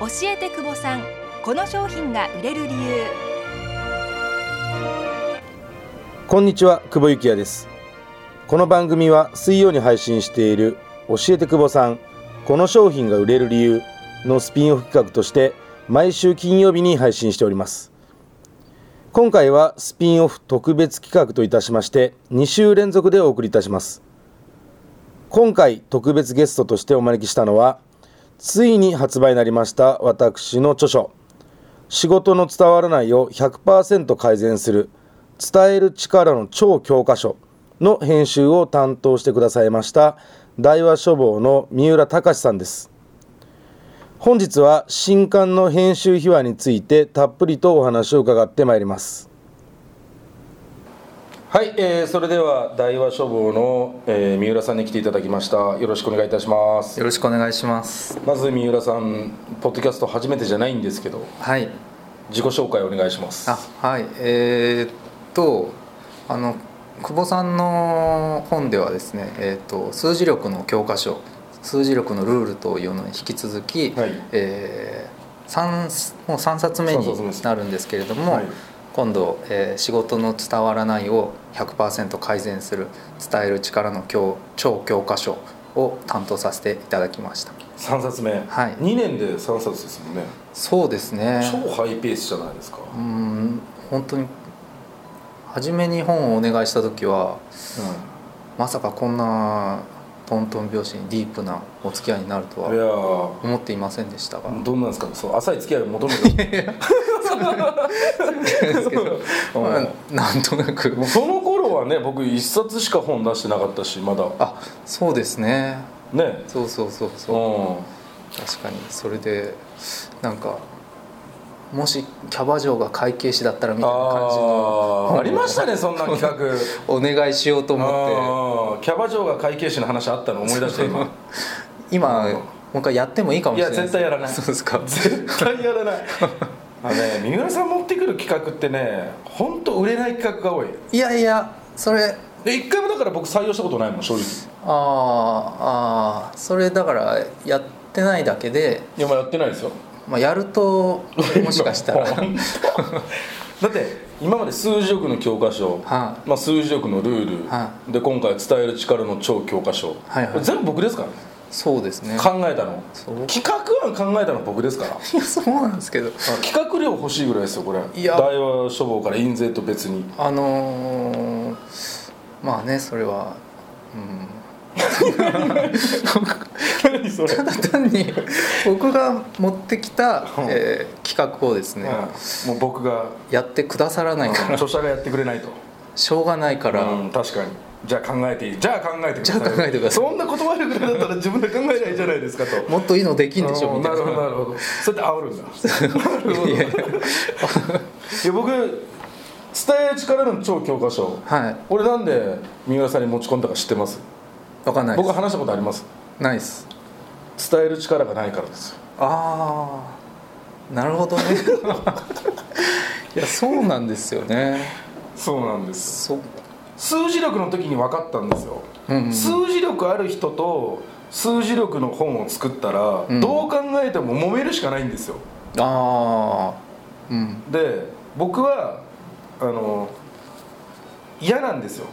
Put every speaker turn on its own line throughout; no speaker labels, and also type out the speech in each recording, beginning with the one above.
教えて久保さんこの商品が売れる理由
こんにちは久保幸也ですこの番組は水曜に配信している「教えて久保さんこの商品が売れる理由」のスピンオフ企画として毎週金曜日に配信しております今回はスピンオフ特別企画といたしまして2週連続でお送りいたします今回特別ゲストとしてお招きしたのはついに発売になりました私の著書「仕事の伝わらないを100%改善する伝える力の超教科書」の編集を担当してくださいました大和書房の三浦隆さんです本日は新刊の編集秘話についてたっぷりとお話を伺ってまいりますはい、えーそれでは大和書房の、えー三浦さんに来ていただきましたよろしくお願いいたします
よろしくお願いします。
まず三浦さん、ポッドキャスト初めてじゃないんですけど、
はい。
自己紹介お願いします。
あ、はい。えーっと、あの久保さんの本ではですね、えーっと数字力の教科書、数字力のルールというのに引き続き、
はい
えー三もう三冊目
三冊目で
に
す
なるんですけれども。
はい
今度、えー仕事の伝わらないを100%改善する伝える力の教超教科書を担当させていただきました
3冊目、
はい
2年で3冊ですもんね、
そうですね
超ハイペースじゃないですか。
うーん本当に初めに本をお願いした時はまさかこんなトントン拍子にディープなお付き合いになると
いや
は
ー
思っていませんでしたが
どうなんですか、そう浅い付き合いを求めて る
ですけど、
うん
まあなんとなく
もうその頃はね、僕、1冊しか本出してなかったし、まだ、
あそうですね
ね、
そうそうそうそう
う
確かにそれでなんかもしキャバ嬢が会計士だったらみ
ん、
たいな感じ
あ
の
ーありましたね、そんな 企画。
お願いしようと思っ
あーキャバ嬢が会計士の話あったの思い出した今
て 今もう一回やってもいいかも
いや
しれない
絶対やらない
そうですか
絶対やら ないあのね三浦さん持ってくる企画ってね本当売れない企画が多い
いやいやそれ
で一回もだから僕採用したことないもん正直
あーあーそれだからやってないだけで、
いやまあやってないですよ
まあ、やるともしかしたら
本当だって今まで数字力の教科書、
はい
まあ、数字力のルール、
は
で今回伝える力の超教科書、
はいはい
これ全部僕ですからね
そうですね
考えたの
そう
企画案考えたの僕です から
いやそうなんですけど
企画料欲しいぐらいですよこれ
いや
大和書房から印税と別 に
あのーまあねそれはうん
何それ
ただ単に僕が持ってきた
うん、
えー企画をですね、
うんもう僕が
やってくださらないから
著者がやってくれないと
しょうがないから、
うん確かにじゃあ考えていいじゃあ考えてください
じゃあ考えてください
そんな断るぐらいだったら自分で考えないじゃないですかと
もっといいのできんでしょ
うん
みたい
な
な
るほどなるほどそうやって煽るんだ
いやいや
いや僕伝える力の超教科書
はい
俺なんで三浦さんに持ち込んだか知ってます
わかんないで
僕話したことあります
すないです
伝える力がないからですよ
ああなるほどね いやそうなんですよね
そうなんです
そう
数字力の時に分かったんですよ、
うんうん
数字力ある人と数字力の本を作ったら、
ん
どう考えても揉めるしかないんですよ
ああうん
で僕はあの嫌なんですよ、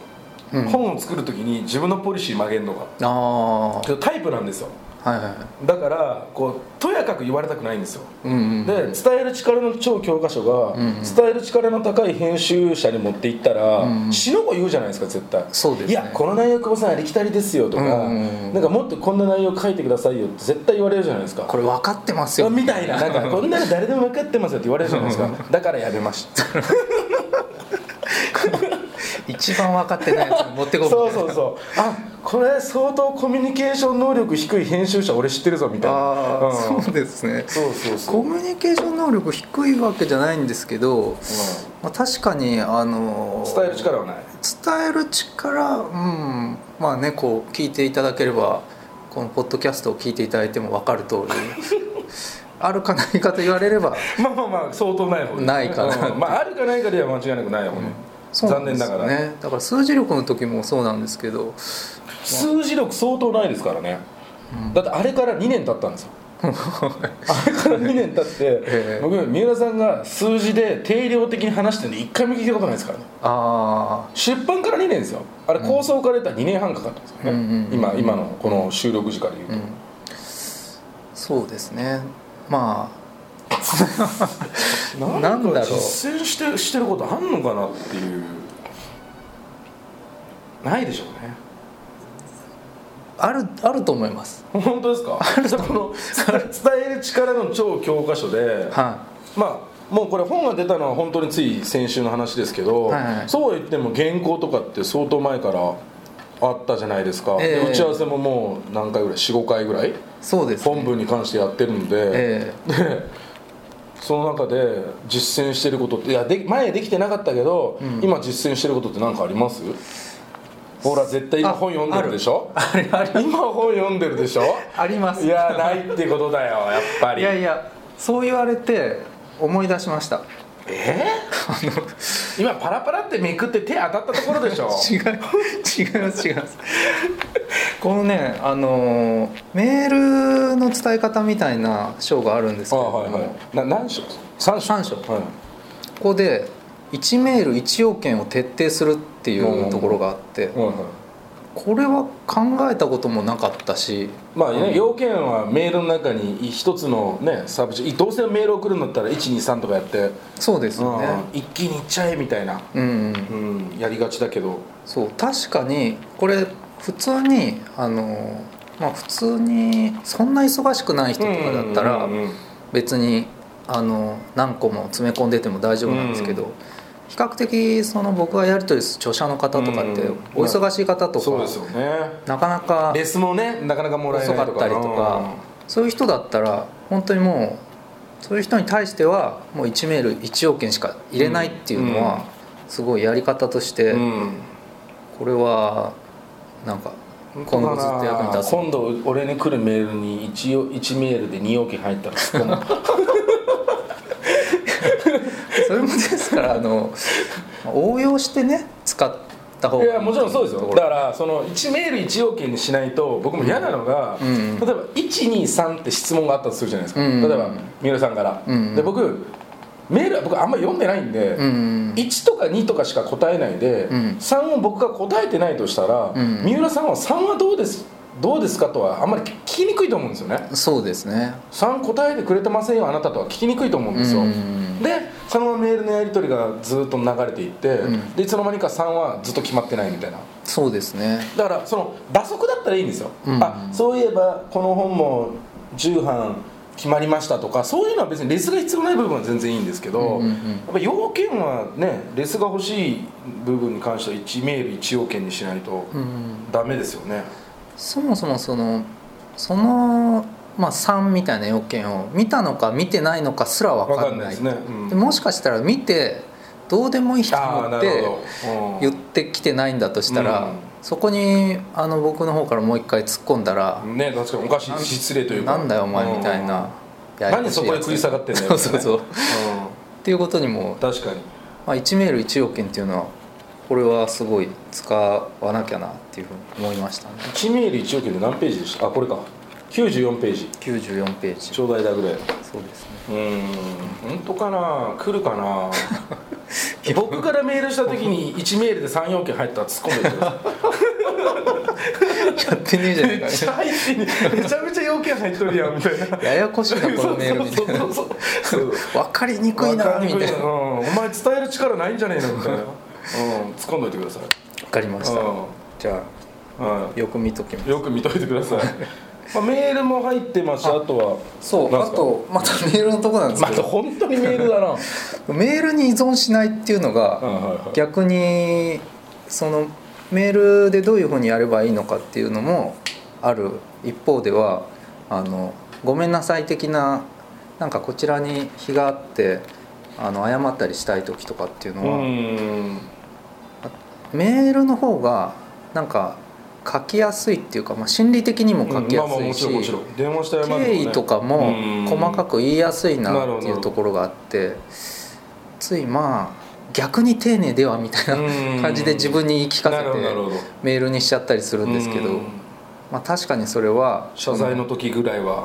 うん
本を作る時に自分のポリシー曲げるのが
ああ
けどタイプなんですよ
はいはい
だからこうとやかく言われたくないんですよ
うんうん
で伝える力の超教科書が、
うんうん
伝える力の高い編集者に持っていったら、
うんうん
死のう言うじゃないですか絶対
そうですね
いやこの内容久保さんありきたりですよとか、
うんうんうん
なんかもっとこんな内容書いてくださいよって絶対言われるじゃないですか
これ分かってますよ
みたいななん かこんなの誰でも分かってますよって言われるじゃないですかだからやめました
一番分かってないやつに持って こ
そう
みたい
そ
な
うそうあこれ相当コミュニケーション能力低い編集者俺知ってるぞみたいな
ああ、
うん
そうですね
そうそうそう
コミュニケーション能力低いわけじゃないんですけど、まあ、確かにあのー
伝える力はない
伝える力うんまあねこう聞いていただければこのポッドキャストを聞いていただいても分かる通り あるかないかと言われれば
まあまあまあ相当ない方です
ないかな
うんまああるかないかでは間違いなくない方ね、
そう
残
んで
念
す
な
よ
がら、
ねだから数字力の時もそうなんですけど
数字力相当ないですからね、だってあれから2年経ったんですよ
う
あれから2年経って、
ええ
僕三浦さんが数字で定量的に話してるの一回も聞いたことないですからね
あ
出版から2年ですよあれ構想から出たら2年半かかったんですよね、
うんうんうん
今今のこの収録時から言う
あ
と、
うんそうですねま
なん
なんだろ
か
う
実践してしてることあんのかなっていうないでしょうね
ああるあると思います
本当ですかこの伝える力の超教科書で
は
まあもうこれ本が出たのは本当につい先週の話ですけど、
はいはい
そうは言っても原稿とかって相当前からあったじゃないですか、で
ええ
打ち合わせももう何回ぐらい45回ぐらい
いそうです、ね、
本文に関してやってるんで、
ええ
でその中で実践してることっていやで前できてなかったけど、今実践してることって何かありますほら絶対今
あ
本読んでるでしょ
あれあれ
今本読んでるでしょ
あります
いやないってことだよやっぱり
いやいやそう言われて思い出しました
えー、今パラパラってめくって手当たったところでし ょ
違う違います違いますこのねあのーメールの伝え方みたいな章があるんです
あ
けれども、
はいはいな何章三章
三章
はい
ここで1メール1要件を徹底するっていうところがあって、
はいはい
これは考えたこともなかったし
まあね、要件はメールの中に一つのねサービスどうせメール送るんだったら123とかやって、
そうですよね
うん一気にいっちゃえみたいな、
うん、うん、
うん、やりがちだけど
そう確かにこれ普通にあのーまあ普通にそんな忙しくない人とかだったら、
うんうんうん
別にあの何個も詰め込んでても大丈夫なんですけど、
うん
比較的その僕がやり取りする著者の方とかって
うん
お忙しい方とか、
そうですよね
なかなか
レスもねなかなかもらえな
遅
いとか
かったりとかそういう人だったら本当にもうそういう人に対してはもう1メール1要件しか入れないっていう
う
の
ん
はすごいやり方として
うんうん
これはなんか今後ずっと役に立つ
今度俺に来るメールに 1, 1メールで2要件入ったら突っ込む
それもですからあの応用してね使った方 が
いやもちろんそうです
と
よ
ころ
だからその1メール1要件にしないと僕も嫌なのが、
うんうん
例えば123って質問があったとするじゃないですか、
うんうん
例えば三浦さんから、
うんうん
で僕メールは僕あんまり読んでないんで、
うん
1とか2とかしか答えないで、
ん
3を僕が答えてないとしたら、
うん
三浦さんは3はどうですどうですかとはあんまり聞きにくいと思うんですよね
そうですね
3答えてくれてませんよあなたとは聞きにくいと思うんですよ、
うん
でそのままメールのやり取りがずっと流れていって、
ん
でいつの間にか3はずっと決まってないみたいな
そうですね
だからその打足だったらいいんですよ、
うん
あそういえばこの本も10版決まりましたとかそういうのは別にレスが必要ない部分は全然いいんですけど、
うんうんうん
やっぱ要件はねレスが欲しい部分に関しては1メール1要件にしないと
うん
ダメですよね、
そもそもそのそのまあ3みたいな要件を見たのか見てないのかすら分
分
か
か
ん
ん
な
ないいですね、うん
でもしかしたら見てどうでもいいと
ああ
思
な
っ
る
て
ほど、
言ってきてないんだとしたら、
うん
そこにあの僕の方からもう一回突っ込んだら
う、んね確かにおかしい失礼というか
なんだよお前みた
う
いな、
ん
ややこ
何
しいやつ
そこで食い下がってんだよ
そうそうそう
みたいなね
っていうことに
うん、
も
確かに
まあ、1メール1要件っていうのはこれはすごい使わなきゃなっていうふうに思いましたね
1メール1要件で何ページでしたあこれか94ページ
94ページ
ちょうだいだぐらいう
そうですね
ーん本当かな来るか な僕からメールした時に1メールで3要件入ったら突っ込んでくださ
やってねえじゃねえ
いめ
か
ちゃ入ってめちゃめちゃ要件入っとるやんみたいな
ややこしいなこのメールみたいな
そうそうそうそう
分かりにくいなみたいな
うんお前伝える力ないんじゃねえのみたいな、うん、突っ込んどいてください
分かりました
う
じゃ
んはい
あよく見ときます
よく見といてくだ さい、まあ、メールも入ってますしあとは
そう
なん
あ
すか
とまたメールのとこなんです
ま
け
た
ど、
本当にメールだな
メールに依存しないっていうの
うん
が
はいはい
逆にそのメールでどういうふうにやればいいのかっていうのもある一方ではあのごめんなさい的ななんかこちらに非があってあの謝ったりしたい時とかっていうの
う
は、
ん
メールの方がなんか書きやすいっていうか、まあ、心理的にも書きや
まあ
す
まあ
い
もち
し、
ろんもちろん電話したら謝る
経緯とかも細か
く
く言いやすい
な
な
るほど
って
ないるほ
う
ど
ところがあってついまあ逆に丁寧ではみたい
うん
な感じで自分に言い聞かせ
なるほどなる
て
ほど
メールにしちゃったりするんですけ
う
ど
ん、
まあ、確かにそれは
謝罪の時ぐらいは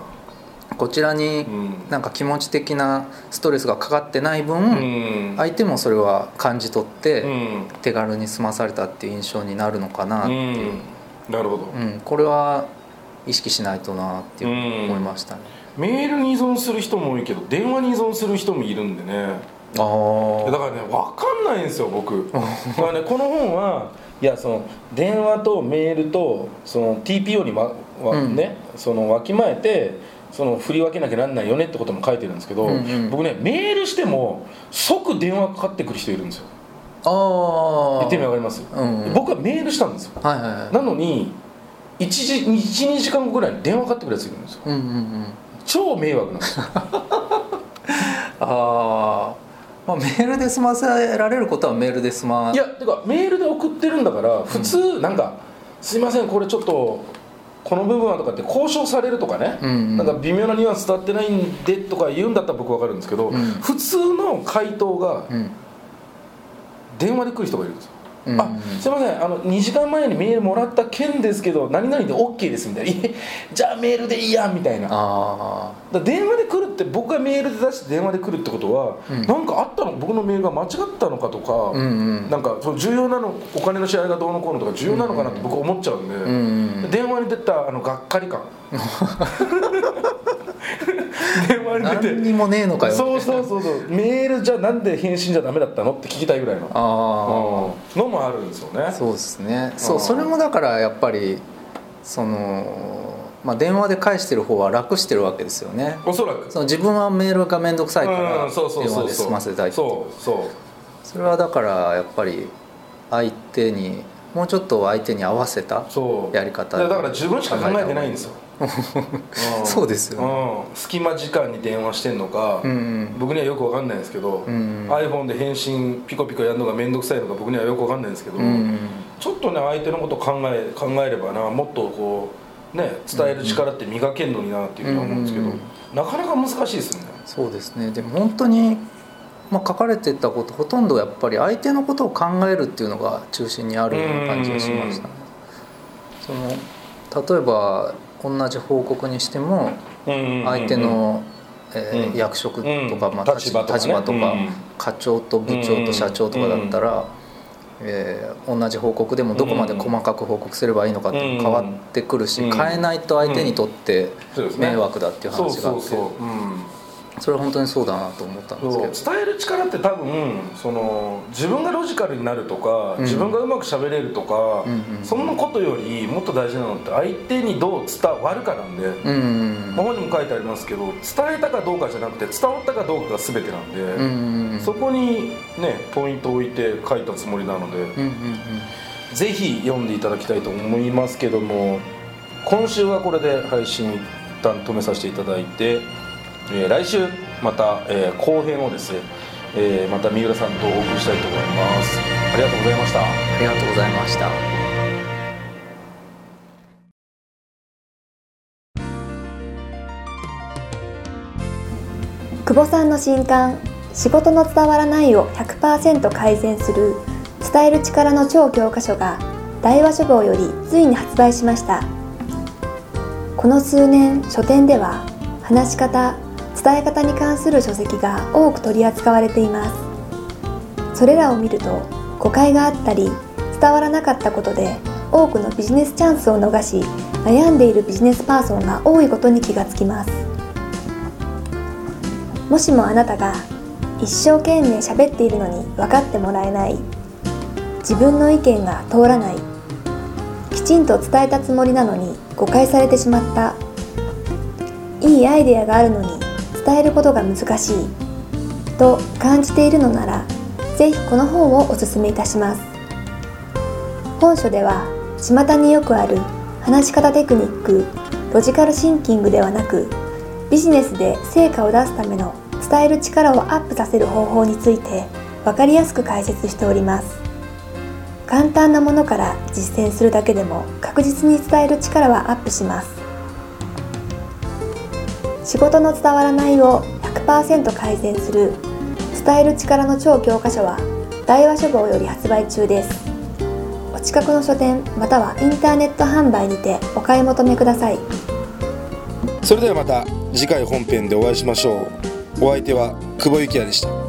こちらに
うん
なんか気持ち的なストレスがかかってない分、
うん
相手もそれは感じ取って、
うん
手軽に済まされたっていう印象になるのかなっていう、
うんなるほど、
うんこれは意識しないとなっていう
うん
思いましたね。
メールに依存する人も多いけど電話に依存する人もいるんでね
あ
だ
ー
からね分かんないんですよ僕だからねこの本はいやその電話とメールとその TPO に、まわ
うん
ねそのわきまえてその振り分けなきゃなんないよねってことも書いてるんですけど、
うんうん
僕ねメールしても即電話かかってくる人いるんですよ
あ
言ってみわ
よ
かります、
うんうん
僕はメールしたんですよ
はいはいはい
なのに1時12時間後ぐらいに電話かかってくるやついるんですよ
うんうんうん
超迷惑なんですよ
あー、まあメールで済ませられることはメールで済ま
いやてかメールで送ってるんだから普通なんか「すいませんこれちょっとこの部分は」とかって交渉されるとかね、
うんうん
なんか微妙なニュアンス伝わってないんでとか言うんだったら僕分かるんですけど、
うん
普通の回答が
うん
電話で来る人がいるんですよ、
うん
あすいませんあの2時間前にメールもらった件ですけど何々で OK ですみたいな「いえじゃあメールでいいや」みたいなだか
ああ
ら電話で来るって僕がメールで出して電話で来るってことは、
うん
なんかあったの僕のメールが間違ったのかとか、
うんうん
なんかその重要なのお金の支払いがどうのこうのとか重要なのかなって僕思っちゃうんで、
うんうん
電話に出たあのがっかり 感電話に出
何
て
にもねえのかよ
そうそうそうそうメールじゃなんで返信じゃダメだったのって聞きたいぐらいのうん
あ
のもあるんですよね
あそうですねそ
あー
うそれもだからやっぱりその、まあ、電話で返してる方は楽してるわけですよね
おそらく
その自分はメールが面倒くさいか
う
ら
んそうそう
電
そ
話
う
で
そう
済ませたいっていう
そうそ
それはだからやっぱり相手にもうちょっと相手に合わせた
うそう
やり方
だから自分しか考えてないんですよ、ん
そうですよね
うん、隙間時間に電話してんのか、
うんうん
僕にはよくわかんないんですけど、
うん
iPhone で返信ピコピコやるのが面倒くさいのか僕にはよくわかんないんですけど、
うん
ちょっとね相手のことを考え考えればなもっとこうね伝える力って磨けんのになっていうふうに思うんですけど、
うんうん
なかなか難しいですね
そうですねでも本当に、まあ、書かれてたことほとんどやっぱり相手のことを考えるっていうのが中心にあるような感じがしましたね。その例えば同じ報告にしても相手の、えー
うん
役職とか、
うん
まあ、
立場とかね
立場
う
とか、
ん
課長と部長と社長とかだったら、えー同じ報告でもどこまで細かく報告すればいいのかっていうのも変わってくるし、
うん
変えないと相手にとって
そうですね
迷惑だっていう
そう
話が
そ
あっ
う
て
そう、うん
それは本当にそうだなと思ったんです
そう
け
伝
ど
える力って多分その自分がロジカルになるとか、
うん
自分がうまく喋れるとか、
うんうん
そんなことよりもっと大事なのって相手にどう伝わるかなんで、
うん
まあ本にも書いてありますけど伝えたかどうかじゃなくて伝わったかどうかが全てなんで、
うんうんうん
そこにねポイントを置いて書いたつもりなので、
うんうんうん
ぜひ読んでいただきたいと思いますけども今週はこれで配信を一旦止めさせていただいて、えー来週また、えー後編をですね、えーまた三浦さんとお送りしたいと思いますありがとうございました
ありがとうございました。
久保さんの新刊「仕事の伝わらない」を100%改善する伝える力の超教科書が大和書房よりついに発売しましたこの数年書店では話し方伝え方に関する書籍が多く取り扱われていますそれらを見ると誤解があったり伝わらなかったことで多くのビジネスチャンスを逃し悩んでいるビジネスパーソンが多いことに気がつきますもしもあなたが一生懸命喋っているのに分かってもらえない自分の意見が通らないきちんと伝えたつもりなのに誤解されてしまったいいアイデアがあるのに伝えることが難しいと感じているのならぜひこの本をおすすめいたします本書では巷によくある話し方テクニックロジカルシンキングではなくビジネスで成果を出すための伝える力をアップさせる方法について分かりやすく解説しております簡単なものから実践するだけでも確実に伝える力はアップします仕事の伝わらないを100%改善する伝える力の超教科書は大和書房より発売中ですお近くの書店またはインターネット販売にてお買い求めください
それではまた次回本編でお会いしましょうお相手は久保幸也でした